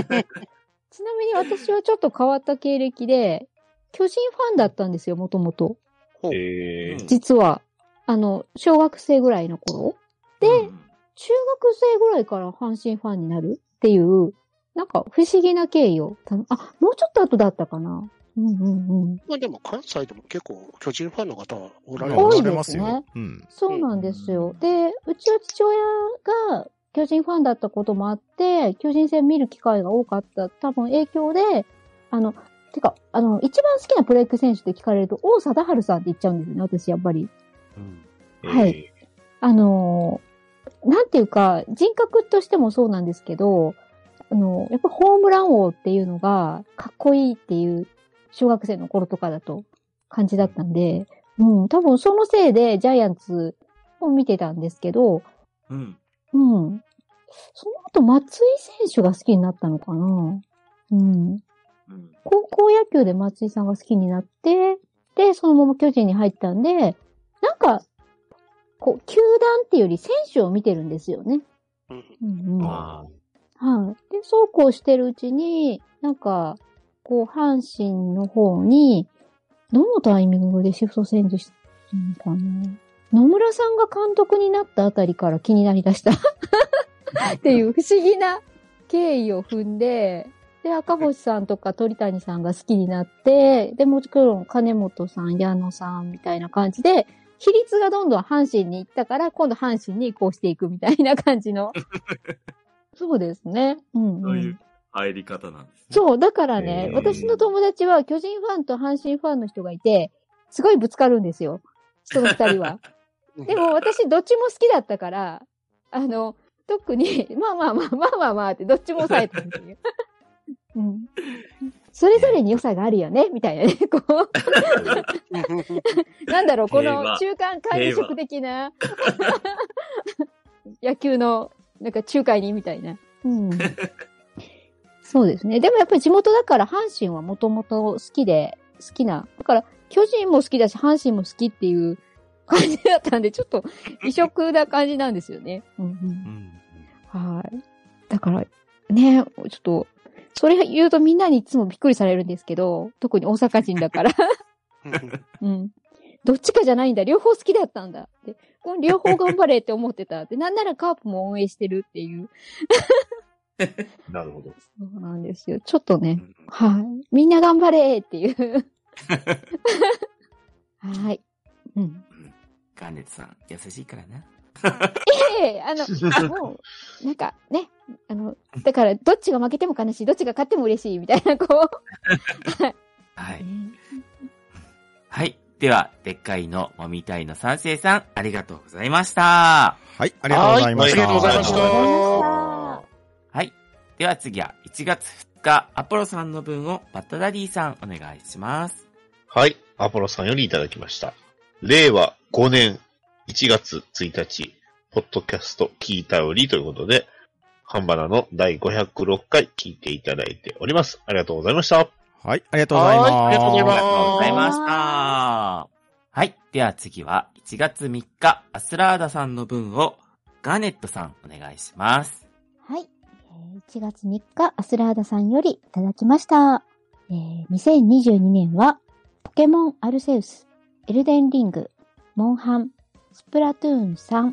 Speaker 1: ちなみに私はちょっと変わった経歴で、巨人ファンだったんですよ、もともと。
Speaker 2: うん
Speaker 5: えー、
Speaker 1: 実は。あの、小学生ぐらいの頃。で、中学生ぐらいから阪神ファンになるっていう、なんか不思議な経緯をた。あ、もうちょっと後だったかな。うんうんうん。
Speaker 2: まあでも関西でも結構巨人ファンの方はおられま
Speaker 1: 多
Speaker 2: す
Speaker 1: い
Speaker 2: ね。
Speaker 1: ですね。
Speaker 4: うん。
Speaker 1: そうなんですよ
Speaker 3: う。ん
Speaker 1: で、うちは父親が巨人ファンだったこともあって、巨人戦見る機会が多かった、多分影響で、あの、てか、あの、一番好きなプロ野球選手って聞かれると、王貞治さんって言っちゃうんですよね、私、やっぱり。は
Speaker 5: え
Speaker 1: いあのーなんていうか、人格としてもそうなんですけど、あのやっぱホームラン王っていうのがかっこいいっていう、小学生の頃とかだと感じだったんで、ううん、多分そのせいでジャイアンツを見てたんですけど、
Speaker 3: うん。
Speaker 1: うん。その後、松井選手が好きになったのかなうん。
Speaker 3: うん。
Speaker 1: 高校野球で松井さんが好きになって、で、そのまま巨人に入ったんで、なんか、こう、球団っていうより選手を見てるんですよね。
Speaker 2: うん
Speaker 1: うんうん。は
Speaker 5: あ
Speaker 1: い。で、そうこうしてるうちに、なんか、こう、阪神の方に、どのタイミングでシフトチェンジしたのかな野村さんが監督になったあたりから気になりだ
Speaker 3: <laughs>
Speaker 1: したっていう不思議な経緯を踏んで、で、赤星さんとか鳥谷さんが好きになって、で、もちろん金本さん、矢野さんみたいな感じで、比率がどんどん阪神に行ったから、今度阪神に移行していくみたいな感じ
Speaker 3: <laughs>
Speaker 1: の。そうですね。うん、うん。
Speaker 3: そういう入り方なんですね。
Speaker 1: そう、だからね、
Speaker 5: えー
Speaker 1: 私の友達は巨人ファンと阪神ファンの人がいて、すごいぶつかるんですよ。その二人は
Speaker 2: うん。
Speaker 1: でも私、どっちも好きだったから、あの、特に、まあまあまあ、まあまあまあって、どっちも抑えたんですよ。うん。それぞれに良さがあるよね、みたいなね、こう。なんだろう、こ
Speaker 3: 平
Speaker 1: の
Speaker 3: 和
Speaker 1: 中間管理職的な、 <laughs> 野球の、なんか仲介人みたいな。うん。そうですね。でもやっぱり地元だから阪神はもともと好きで、好きな。だから巨人も好きだし、阪神も好きっていう感じだったんで、ちょっと異色な感じなんですよね。うんうん
Speaker 3: うん。
Speaker 1: はい。だから、ね、ちょっと、それ言うとみんなにいつもびっくりされるんですけど、特に大阪人だから。
Speaker 2: <laughs>
Speaker 1: うん。どっちかじゃないんだ。両方好きだったんだ。で、この両方頑張れって思ってた。で、なんならカープも応援してるっていう。
Speaker 5: あ、なるほど。
Speaker 1: そうなんですよ。ちょっと
Speaker 3: う
Speaker 1: ね。
Speaker 3: ん
Speaker 1: はい。みんな頑張れって <laughs> いう。はい。うん。
Speaker 3: ガンネットさん、優しいからな。
Speaker 1: ええあの、もう、なんかね、あの、だから、どっちが負けても悲しい、どっちが勝っても嬉しい、みたいな、こ
Speaker 3: は
Speaker 1: う。
Speaker 3: い。はい。では、でっかいのもみたいの三世さん、ありがとうございました。
Speaker 4: はい、ありがとうございまし
Speaker 2: は
Speaker 4: た。
Speaker 2: いありがとうございました
Speaker 1: あ
Speaker 3: はい。では次は1月2日、アポロさんの分をバッタダディさんお願いします。
Speaker 5: はい。アポロさんよりいただきました。令和5年1月1日、ポッドキャスト聞いたよりということで、ハンバナの第506回聞いていただいております。ありがとうございました。
Speaker 4: はい、ありがとうございます。
Speaker 2: はいありがとうござい
Speaker 3: あ
Speaker 2: ま
Speaker 3: りがとうございまし
Speaker 1: あ
Speaker 3: た。はい。では次は1月3日、アスラーダさんの分をガーネットさんお願いします。
Speaker 1: はい。えー1月3日、アスラーダさんよりいただきました。えー2022年は、ポケモンアルセウス、エルデンリング、モンハン、スプラトゥーン3、ポ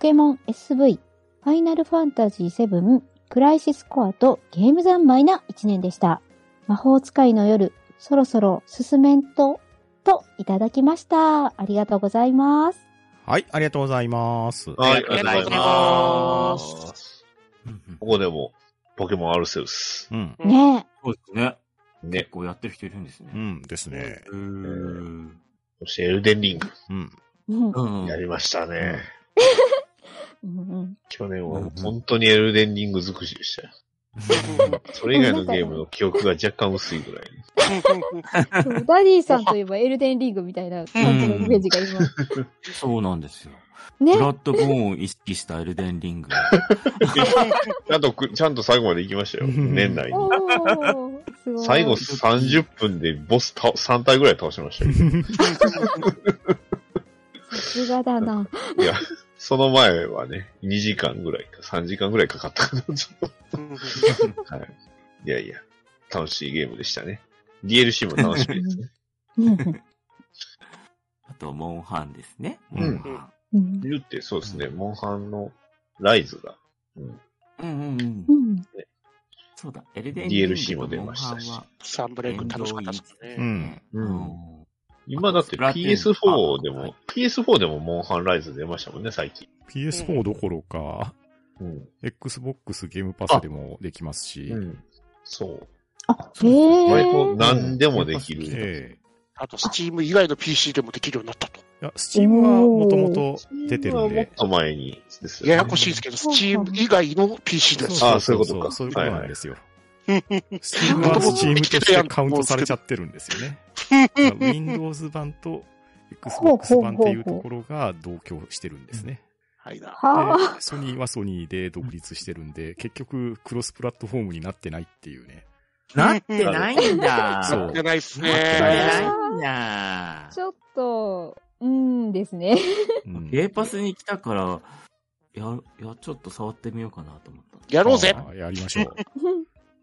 Speaker 1: ケモン SV、ファイナルファンタジー7、クライシスコアとゲーム三昧な1年でした。魔法使いの夜、そろそろ進めんと、といただきました。ありがとうございます。
Speaker 4: はい、ありがとうございます。
Speaker 5: はい
Speaker 2: ありがとうござい
Speaker 3: あ
Speaker 2: ま。
Speaker 3: りがとうございます
Speaker 5: こ
Speaker 3: うんうん
Speaker 5: こでも、ポケモンアルセウス。
Speaker 4: うん。
Speaker 2: うん
Speaker 1: ね
Speaker 3: そうですね。
Speaker 5: ね。
Speaker 3: こうやってる人いるんですね
Speaker 4: う。んですね。
Speaker 3: うーん。
Speaker 5: そしてエルデンリング。
Speaker 4: うん。
Speaker 1: え。うん。
Speaker 3: う
Speaker 5: や
Speaker 3: ん。
Speaker 5: りましたね。
Speaker 1: うん
Speaker 5: 去年は本当にエルデンリング尽くしでしたよ。それ以外のゲームの記憶が若干薄いぐらい。
Speaker 1: そうダディさんといえばエルデンリングみたいな感じのイメージが
Speaker 5: <laughs>
Speaker 1: 今。
Speaker 3: そうなんですよ。
Speaker 1: ね
Speaker 3: ブ。ラッドボーンを意識したエルデンリング。
Speaker 5: <laughs> ちゃんとく、ちゃんと最後まで行きましたよ。年内に
Speaker 1: お。ー、すごい。
Speaker 5: 最後30分でボス倒3体ぐらい倒しましたよ。
Speaker 1: さすがだな。
Speaker 5: いや、その前はね、2時間ぐらいか、3時間ぐらいかかったかな。 <laughs> ちょっとはい、いやいや、楽しいゲームでしたね。DLC も楽しみですね。
Speaker 1: うん
Speaker 3: あと、モンハンですね。
Speaker 5: うん
Speaker 3: モンハ
Speaker 1: うん
Speaker 5: 言って、そうですね、モンハンのライズが、うん、
Speaker 3: ン。うんうんうん
Speaker 1: う。ん
Speaker 3: そうだ、エルデンリング
Speaker 5: DLC も出ましたし
Speaker 3: モンハンは
Speaker 2: サンブレイク楽しかったです
Speaker 4: う
Speaker 2: ね。
Speaker 4: ん。
Speaker 5: うん
Speaker 3: うん
Speaker 5: 今だって PS4 でも、PS4 でもモンハンライズ出ましたもんね、最近。
Speaker 4: PS4 どころか、
Speaker 5: うん。
Speaker 4: Xbox ゲームパスでもできますし、
Speaker 5: うん、そう。
Speaker 1: あ、へ
Speaker 5: 割と
Speaker 1: え。
Speaker 5: 何でもできる。
Speaker 4: ええ
Speaker 2: あと、スチーム以外の PC でもできるようになったと。
Speaker 4: いや、Steam はもともと出てるん
Speaker 5: もっ
Speaker 4: で。
Speaker 5: と前にですよね
Speaker 2: ややこしいですけど、スチーム以外の PC です。
Speaker 5: あそういうことか
Speaker 4: そういうことなんですよ。
Speaker 2: はい
Speaker 4: Steam は Steam としてカウントされちゃってるんですよね。だから Windows 版と Xbox 版っていうところが同居してるんですね。
Speaker 2: はいな。
Speaker 1: はあ。
Speaker 4: でソニーはソニーで独立してるんで、結局クロスプラットフォームになってないっていうね。
Speaker 3: なってないんだ。
Speaker 4: そう
Speaker 3: なって
Speaker 2: じゃないっす
Speaker 3: な
Speaker 2: ね。
Speaker 3: いんだ。
Speaker 1: ちょっと、うーんですね。
Speaker 4: うん
Speaker 3: ゲーパスに来たから、や、や、ちょっと触ってみようかなと思った。
Speaker 2: やろうぜ。
Speaker 4: あーやりましょう。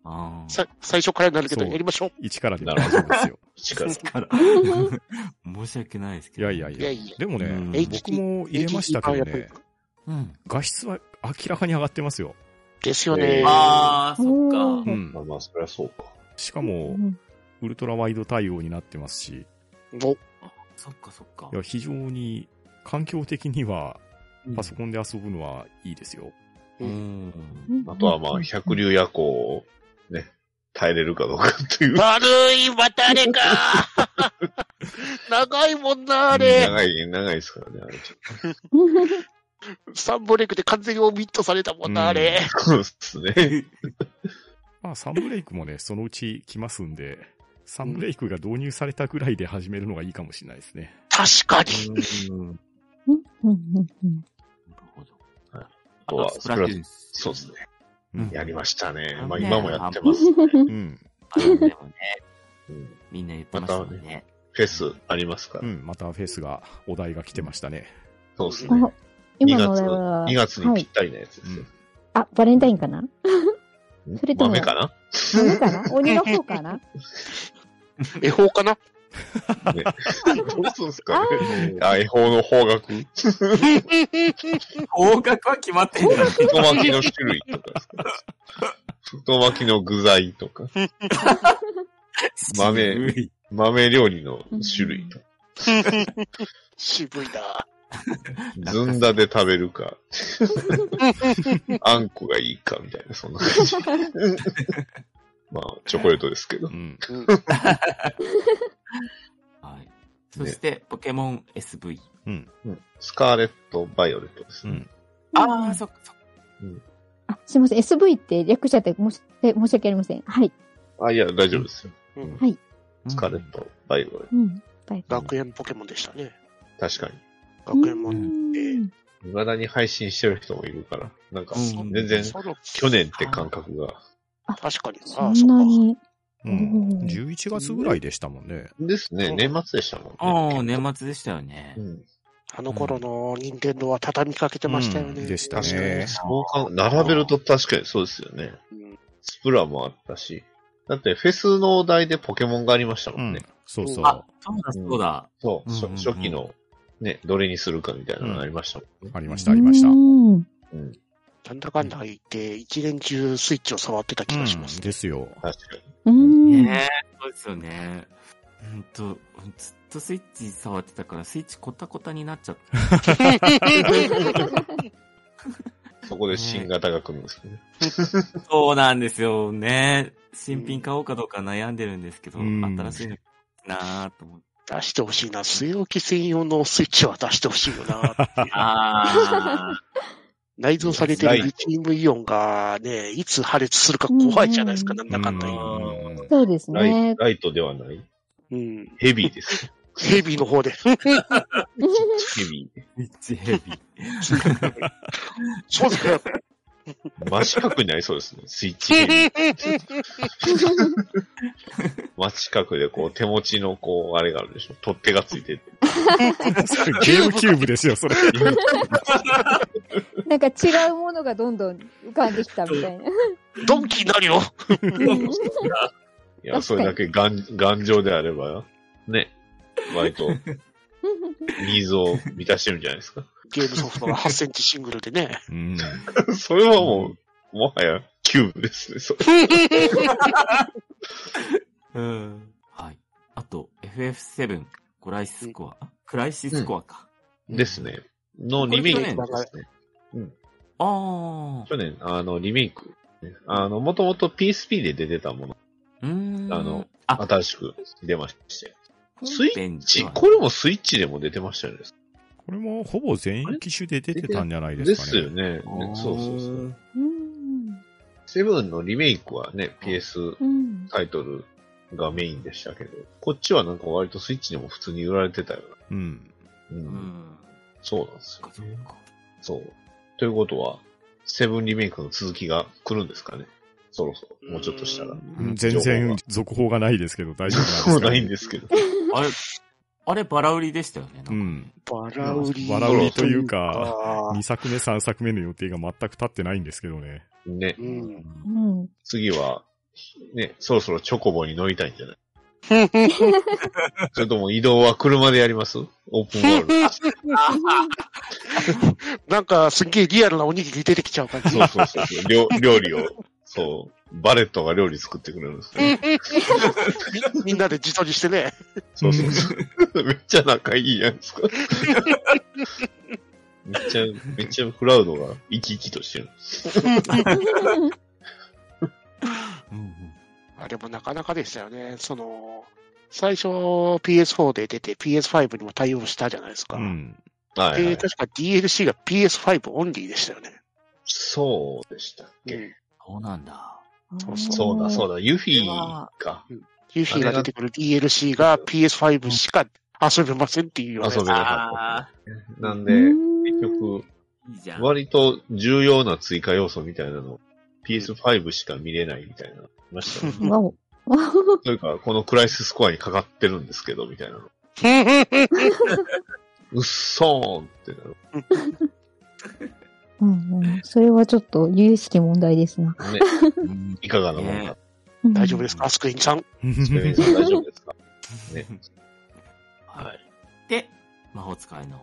Speaker 3: あー
Speaker 2: さ最初からになるけど、
Speaker 4: そう
Speaker 2: やりましょう。
Speaker 4: 一からで大
Speaker 5: なる
Speaker 4: 丈
Speaker 5: ほど
Speaker 4: 夫ですよ。
Speaker 5: 近づく。
Speaker 3: から <laughs> 申し訳ないですけ
Speaker 4: い
Speaker 3: ど。
Speaker 4: やいやい
Speaker 2: いや
Speaker 4: や。
Speaker 2: いや。
Speaker 4: <laughs> でもね、
Speaker 3: うん
Speaker 4: 僕も入れましたけどね、
Speaker 3: うん。
Speaker 4: 画質は明らかに上がってますよ。
Speaker 2: ですよね。
Speaker 3: ああ、そっ
Speaker 1: う
Speaker 3: か
Speaker 1: ん。
Speaker 4: うん
Speaker 5: まあまあ、そりゃそうか。
Speaker 4: しか
Speaker 1: う
Speaker 4: も、
Speaker 1: ん
Speaker 4: ウルトラワイド対応になってますし、
Speaker 2: お
Speaker 3: そっかそっか
Speaker 4: い。や非常に環境的にはパソ
Speaker 3: ン。
Speaker 4: コンで遊ぶのはいいですよ。
Speaker 3: うん。
Speaker 5: あとはまあ、百。竜夜行をね、耐えれるかどうかっていう。
Speaker 2: 悪い、またあれ <laughs> か長いもんな、あれ。
Speaker 5: 長い、長いですからね、あれちょっ
Speaker 2: サンブレイクで完全にオミットされたもん
Speaker 4: うん
Speaker 2: な、あれ。
Speaker 5: と。そうですね。
Speaker 4: まあサンブレイクもね、そのうち来ますんで、サンブレイクが導入されたぐらいで始めるのがいいかもしれないですね。
Speaker 2: 確かに。
Speaker 5: うん。
Speaker 1: うんうんうんうん
Speaker 3: なるほど。
Speaker 5: あとは、
Speaker 3: ス
Speaker 5: ス
Speaker 3: プ
Speaker 5: プ
Speaker 3: ラ
Speaker 5: ラ
Speaker 3: ト
Speaker 5: ト
Speaker 3: ゥー
Speaker 5: ゥー
Speaker 3: ン
Speaker 5: ン。そうですね。
Speaker 4: うん
Speaker 5: やりましたね
Speaker 3: う。ん
Speaker 5: まあ、今もやってます。
Speaker 4: うん。
Speaker 3: あでもね、
Speaker 5: うん
Speaker 3: みんな言ってましたもんね。
Speaker 5: フェスありますか
Speaker 4: う
Speaker 5: ら。
Speaker 4: ん。またフェスが、お題が来てましたね。
Speaker 5: そうですね。
Speaker 1: あ今のお題は、
Speaker 5: 2月に
Speaker 1: は
Speaker 5: ぴっ
Speaker 1: い。
Speaker 5: たりなやつで
Speaker 4: う
Speaker 5: すよ
Speaker 4: ん。
Speaker 1: あ、バレンタインかなそれとも
Speaker 5: 豆かな
Speaker 1: 何か
Speaker 5: <laughs>
Speaker 1: な鬼の方かな
Speaker 2: 恵方かな
Speaker 5: ねどうすんすかね。あ、恵方の方角。
Speaker 3: 方角は決まってんだね。
Speaker 5: 太巻きの種類とかですか。太巻きの具材とか。
Speaker 3: <laughs>
Speaker 5: 豆
Speaker 3: 渋い
Speaker 5: 豆料理の種類とか。
Speaker 2: 渋いな。
Speaker 5: ずんだで食べる
Speaker 2: <laughs>
Speaker 5: か。あんこがいいか、みたいな、そんな感じ。まあ、チョコレートですけど
Speaker 4: う。ん。
Speaker 2: うん
Speaker 3: はい。そして、ポケモン SV。
Speaker 4: うん。
Speaker 5: うんスカーレット・バイオレットです
Speaker 4: う
Speaker 5: ね
Speaker 4: ん。。
Speaker 3: ああ、そっかそっか。
Speaker 1: あ、すいません。SV って略しちゃって申し申し訳ありません。はい。
Speaker 5: あ、いや、大丈夫ですよ。
Speaker 2: うん
Speaker 1: はい。
Speaker 5: スカーレット・バイオレット。
Speaker 1: うん。バイク
Speaker 2: 学園ポケモンでしたね。
Speaker 5: 確かに。
Speaker 2: 学園も
Speaker 1: うんん
Speaker 5: 未だに配信してる人もいるから、なんか、
Speaker 3: うん
Speaker 5: 全然、
Speaker 2: その
Speaker 5: 去年って感覚が。
Speaker 2: 確かにな。
Speaker 1: そんなに。
Speaker 4: う。
Speaker 1: うんん
Speaker 4: 11月ぐらいでしたもんね。
Speaker 5: ですね、
Speaker 2: そう
Speaker 5: 年末でしたもんね。
Speaker 3: ああ、年末でしたよね
Speaker 5: う。ん、
Speaker 2: あの頃の任天堂は畳みかけてましたよね。
Speaker 4: うんでした
Speaker 5: 確か
Speaker 4: ね
Speaker 5: に。そうか、並べると確かにそうですよね。
Speaker 2: うん
Speaker 5: スプラもあったし。だってフェスのお題でポケモンがありました
Speaker 4: う
Speaker 5: もん
Speaker 4: ん
Speaker 5: ね。。
Speaker 4: そうそう。
Speaker 3: あ
Speaker 4: あ、
Speaker 3: そうだそうだ。
Speaker 5: そう、
Speaker 3: うん
Speaker 5: 初
Speaker 3: うんうん
Speaker 5: 初期の、ね、どれにするかみたいなのがありましたもんね。
Speaker 4: りました、ありました。
Speaker 1: う
Speaker 4: うん
Speaker 5: うん、
Speaker 2: なんだかんだ言って、一年中スイッチを触ってた気がします
Speaker 4: ん。。ですよ。
Speaker 5: 確かに。
Speaker 1: うん。
Speaker 3: ねえ、そうですよね。うんと、ずっとスイッチ触ってたから、スイッチコタコタになっちゃった。
Speaker 5: そこで新型が来るんですけどね。
Speaker 3: そうなんですよね。新品買おうかどうか悩んでるんですけど、
Speaker 4: うん
Speaker 3: 新しいのなーと思って。
Speaker 2: 出してほしいな。据え置き専用のスイッチは出してほしいよな。
Speaker 3: <laughs> あ
Speaker 2: 内蔵されてるリチウムイオンがね、いつ破裂するか怖いじゃないですか、
Speaker 1: うん
Speaker 2: なんだかんだ言う。
Speaker 5: うん
Speaker 1: そうです
Speaker 5: ライ
Speaker 1: ね。
Speaker 5: ライトではない。
Speaker 2: うん。
Speaker 5: ヘビーです。
Speaker 2: ヘビーの方で。
Speaker 5: ヘビー。
Speaker 3: ー、めっちゃヘビー。
Speaker 2: そうだよ。
Speaker 5: 真四角になりそうですね。スイッチヘビー。真四角でこう手持ちのこう、あれがあるでしょ。取っ手がついてて。
Speaker 4: それゲームキューブですよ、それ。
Speaker 1: なんか違うものがどんどん浮かんできたみたいな。
Speaker 2: <laughs> ドンキになるよ。
Speaker 5: いや、それだけ頑頑丈であれば、ね、割とニーズを満たしてるんじゃないですか。 <laughs>
Speaker 2: ゲームソフトが8センチシングルでね。
Speaker 4: うん。
Speaker 5: それはもう、もはやキューブですね。それ
Speaker 3: うん。はい。あと、FF7、クライシスコア。あクライシスコアか。
Speaker 5: ですね。のリメイクです
Speaker 2: こ
Speaker 5: ね
Speaker 2: れ去。
Speaker 3: ああ。
Speaker 5: 去年、あの、リメイク。あの、もともと PSP で出てたもの、
Speaker 3: うーん。
Speaker 5: あの、
Speaker 3: あ、
Speaker 5: 新しく出まして。
Speaker 3: 本編
Speaker 5: ち
Speaker 3: では
Speaker 5: これもスイッチでも出てましたよね。
Speaker 4: これもほぼ全員機種で出てたんじゃないで
Speaker 5: です
Speaker 4: かね。
Speaker 5: すよね。ね
Speaker 3: あー
Speaker 5: そうそうそう。
Speaker 1: うん。
Speaker 5: セブンのリメイクはね、PS
Speaker 1: うん。
Speaker 5: タイトルがメインでしたけど、こっちはなんか割とスイッチでも普通に売られてたよ
Speaker 4: うん。
Speaker 5: な。う。
Speaker 3: うんん。
Speaker 5: そうなんです
Speaker 3: そっかそ
Speaker 5: よ、
Speaker 3: っ
Speaker 5: ね。
Speaker 3: か
Speaker 5: そう。ということは、セブンリメイクの続きが来るんですかね。そろそろ、もうちょっとしたら。
Speaker 4: うん全然続報がないですけど、大丈夫なんですか、
Speaker 5: もうないんですけど。
Speaker 3: あれ、あれバラ売りでしたよね。なんか
Speaker 4: うん。
Speaker 2: バラ売り。
Speaker 4: バラ売りというか、
Speaker 2: あ
Speaker 4: 2作目、3作目の予定が全く立ってないんですけどね。
Speaker 5: ね
Speaker 2: ー。う。
Speaker 3: うん
Speaker 1: うんん。
Speaker 5: 次は、ね、そろそろチョコボに乗りたいんじゃないそれとも移動は車でやりますオープンワールド。
Speaker 2: なんか、すっげえリアルなおにぎり出てきちゃう感じ。
Speaker 5: そうそうそうそう料。料理を、そう。バレットが料理作ってくれるんですよね。
Speaker 2: <laughs> みみんなで自撮りしてね。
Speaker 5: そうそうそう。めっちゃ仲いいやんすか。めっちゃ、めっちゃクラウドが生き生きとしてる。
Speaker 2: あれもなかなかでしたよね。その、最初 PS4 で出て PS5 にも対応したじゃないですか。
Speaker 4: うん。
Speaker 5: はい、は
Speaker 2: で、
Speaker 5: い。
Speaker 2: 確か DLC が PS5 オンリーでしたよね。
Speaker 5: そうでしたっけ、
Speaker 3: そうなんだ。
Speaker 2: そう
Speaker 5: そうだ、そう
Speaker 1: だ。
Speaker 5: だ。ユフィか。
Speaker 2: ユーフィーが出てくる DLC が PS5 しか遊べませんっていうようなやつ
Speaker 5: 遊べなか
Speaker 3: あ
Speaker 5: った。なんで、
Speaker 1: 結
Speaker 5: 結、局、
Speaker 3: ーいいじゃん。
Speaker 5: 割と重要な追加要素みたいなの、PS5 しか見れないみたいな、ました
Speaker 1: <laughs>
Speaker 5: ね。
Speaker 1: わお。
Speaker 5: というか、このクライシスコアにかかってるんですけど、みたいなの。うっそーんってなる。
Speaker 1: うんうん。それはちょっと、有意識問題ですな。
Speaker 5: ね、いかがなもん
Speaker 1: う
Speaker 5: か。
Speaker 1: ん
Speaker 2: <laughs> 大丈夫ですかスクイーンさん。
Speaker 5: スペインさん大丈夫ですかね。
Speaker 3: はい。で、魔法使いの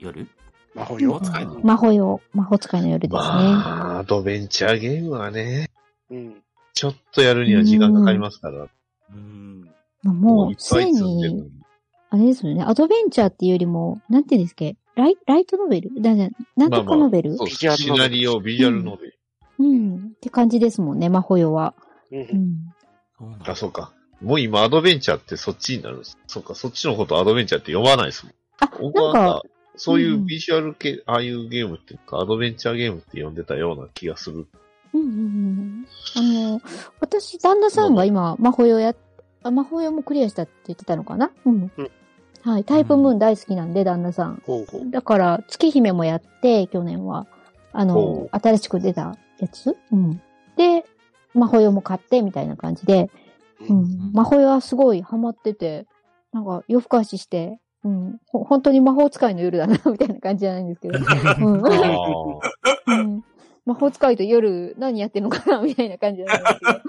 Speaker 3: 夜
Speaker 2: 魔法
Speaker 3: 魔
Speaker 2: よ
Speaker 3: 法。使いの
Speaker 1: 魔法よ、魔法使いの夜ですね。
Speaker 5: まあ、アドベンチャーゲームはね、
Speaker 2: うん。
Speaker 5: ちょっとやるには時間かかりますから。
Speaker 3: うん。
Speaker 1: まあも
Speaker 5: いうっ、
Speaker 1: す
Speaker 5: ぱ
Speaker 1: で
Speaker 5: い積んでるの
Speaker 1: に、あれですよね、アドベンチャーっていうよりも、なんていうんですっけライライトノベルだじゃなんとかノベル、
Speaker 5: そう、
Speaker 2: ビジュアル
Speaker 5: シ
Speaker 2: ノベル
Speaker 5: ナリオ、ビジュアルノベル。
Speaker 1: うん。って感じですもんね、魔法よは。
Speaker 2: う。
Speaker 1: うんん。
Speaker 3: そうなん
Speaker 5: あ、そうか。もう今、アドベンチャーってそっちになるんです。そうか、そっちのことアドベンチャーって呼ばないですもん。
Speaker 1: あ、
Speaker 5: 僕
Speaker 1: な
Speaker 5: は
Speaker 1: ん
Speaker 5: なんか
Speaker 1: か、
Speaker 5: そういううんビジュアル系、ああいうゲームっていうか、アドベンチャーゲームって呼んでたような気がする。
Speaker 1: うんうんうん。あの、私、旦那さんが今、魔法よや、あ魔法よもクリアしたって言ってたのかなうん。
Speaker 2: うん
Speaker 1: はい、タイプムーン大好きなんで、旦那さん。
Speaker 2: ほうほう。
Speaker 1: だから、月姫もやって、去年は。あの、
Speaker 5: ほ
Speaker 1: 新しく出たやつうん。で、魔法用も買って、みたいな感じで。う
Speaker 2: うん
Speaker 1: ん。魔法用はすごいハマってて、なんか夜更かしして、うん。ほ本当に魔法使いの夜だな、みたいな感じじゃないんですけ <laughs> ど。うん。
Speaker 5: ああ
Speaker 1: うん魔法使いと夜何やってんのかな、 <laughs> みたいな感じじゃないですけど。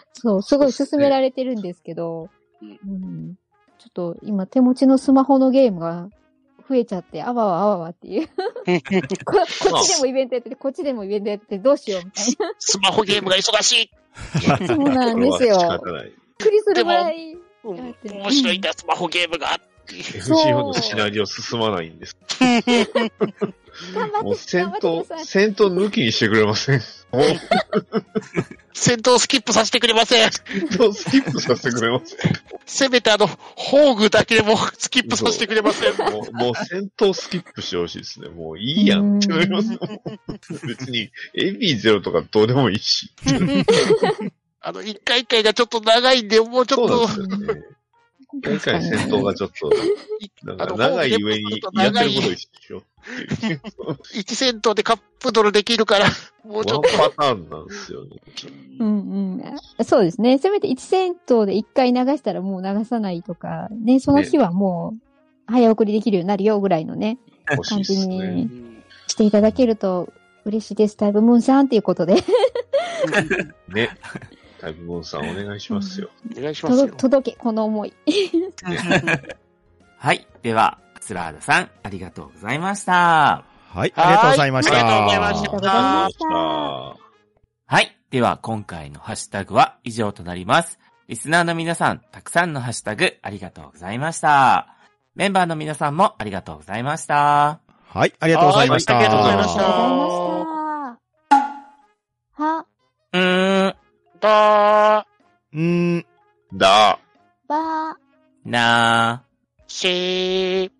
Speaker 5: <laughs>
Speaker 1: そう、すごい勧められてるんですけど、うん。ちょっと今手持ちのスマホのゲームが増えちゃって、あわわあわわって
Speaker 5: <laughs>
Speaker 1: いう。ここっちでもイベントやってて、こっちでもイベントやってて、どうしようみたいな。
Speaker 2: スマホゲームが忙しい。
Speaker 5: <laughs>
Speaker 1: そうなんです
Speaker 5: これは
Speaker 1: よ
Speaker 5: 仕。方ない。
Speaker 1: びっくりするぐらい。
Speaker 2: うん
Speaker 1: だって
Speaker 2: 面白いんだ、スマホゲームが。
Speaker 5: FGO のシナリオ進まないんです。
Speaker 1: 頑張
Speaker 5: もう
Speaker 1: って、
Speaker 5: 戦
Speaker 1: 頑張って
Speaker 5: 闘
Speaker 1: くだ、さい。
Speaker 5: 戦闘抜きにしてくれません。もう
Speaker 2: 戦闘スキップさせてくれません。
Speaker 5: 戦闘スキップさせてくれません。
Speaker 2: せめてあの、宝具だけでもスキップさせてくれません。
Speaker 5: もうもう戦闘スキップしてほしいですね。もういいやんってなりますよ。別に AB0 とかどうでもいいし。
Speaker 2: あの、一回一回がちょっと長いんで、もうちょ
Speaker 5: そ
Speaker 2: っ
Speaker 5: うなん
Speaker 2: と
Speaker 5: で、すよね。今回戦闘がちょっと、なんか長い上にやってること一緒。
Speaker 2: 一戦闘でカップドルできるから、も
Speaker 5: ワ
Speaker 2: う
Speaker 5: ン
Speaker 2: ちょっ
Speaker 5: パターンなんですよね。
Speaker 1: うんうん。そうですね。せめて1戦闘で1回流したらもう流さないとか、ね、その日はもう早送りできるようになるよぐらいのね、
Speaker 5: 欲しい
Speaker 1: 感
Speaker 5: で
Speaker 1: じ
Speaker 5: すね。
Speaker 1: に
Speaker 2: と。
Speaker 1: していただけると嬉しいです。タイプムーンさんっていうことで、
Speaker 5: ね。タイプボンさんお願いしますよ。
Speaker 2: お願いします
Speaker 1: 届
Speaker 2: よ。
Speaker 1: 届け、この思い。
Speaker 3: <laughs> はい。では、スラーダさん、ありがとうございました。
Speaker 4: <laughs> はい、ありがとうございました。
Speaker 2: はいありがとうございまし
Speaker 1: あ
Speaker 2: た
Speaker 1: りがとうございました
Speaker 5: あ
Speaker 3: はい。では、今回のハッシュタグは以上となります。リスナーの皆さん、たくさんのハッシュタグありがとうございました。メンバーの皆さんもありがとうございました。
Speaker 4: はい、ありがとうございました。
Speaker 2: はいありがとうございま
Speaker 1: あ
Speaker 2: し
Speaker 1: りが
Speaker 2: た
Speaker 1: とうございました。は、
Speaker 3: うーん、
Speaker 2: だー、
Speaker 4: うーん。
Speaker 5: ーだ。
Speaker 1: ばー。
Speaker 3: なー。
Speaker 2: しー。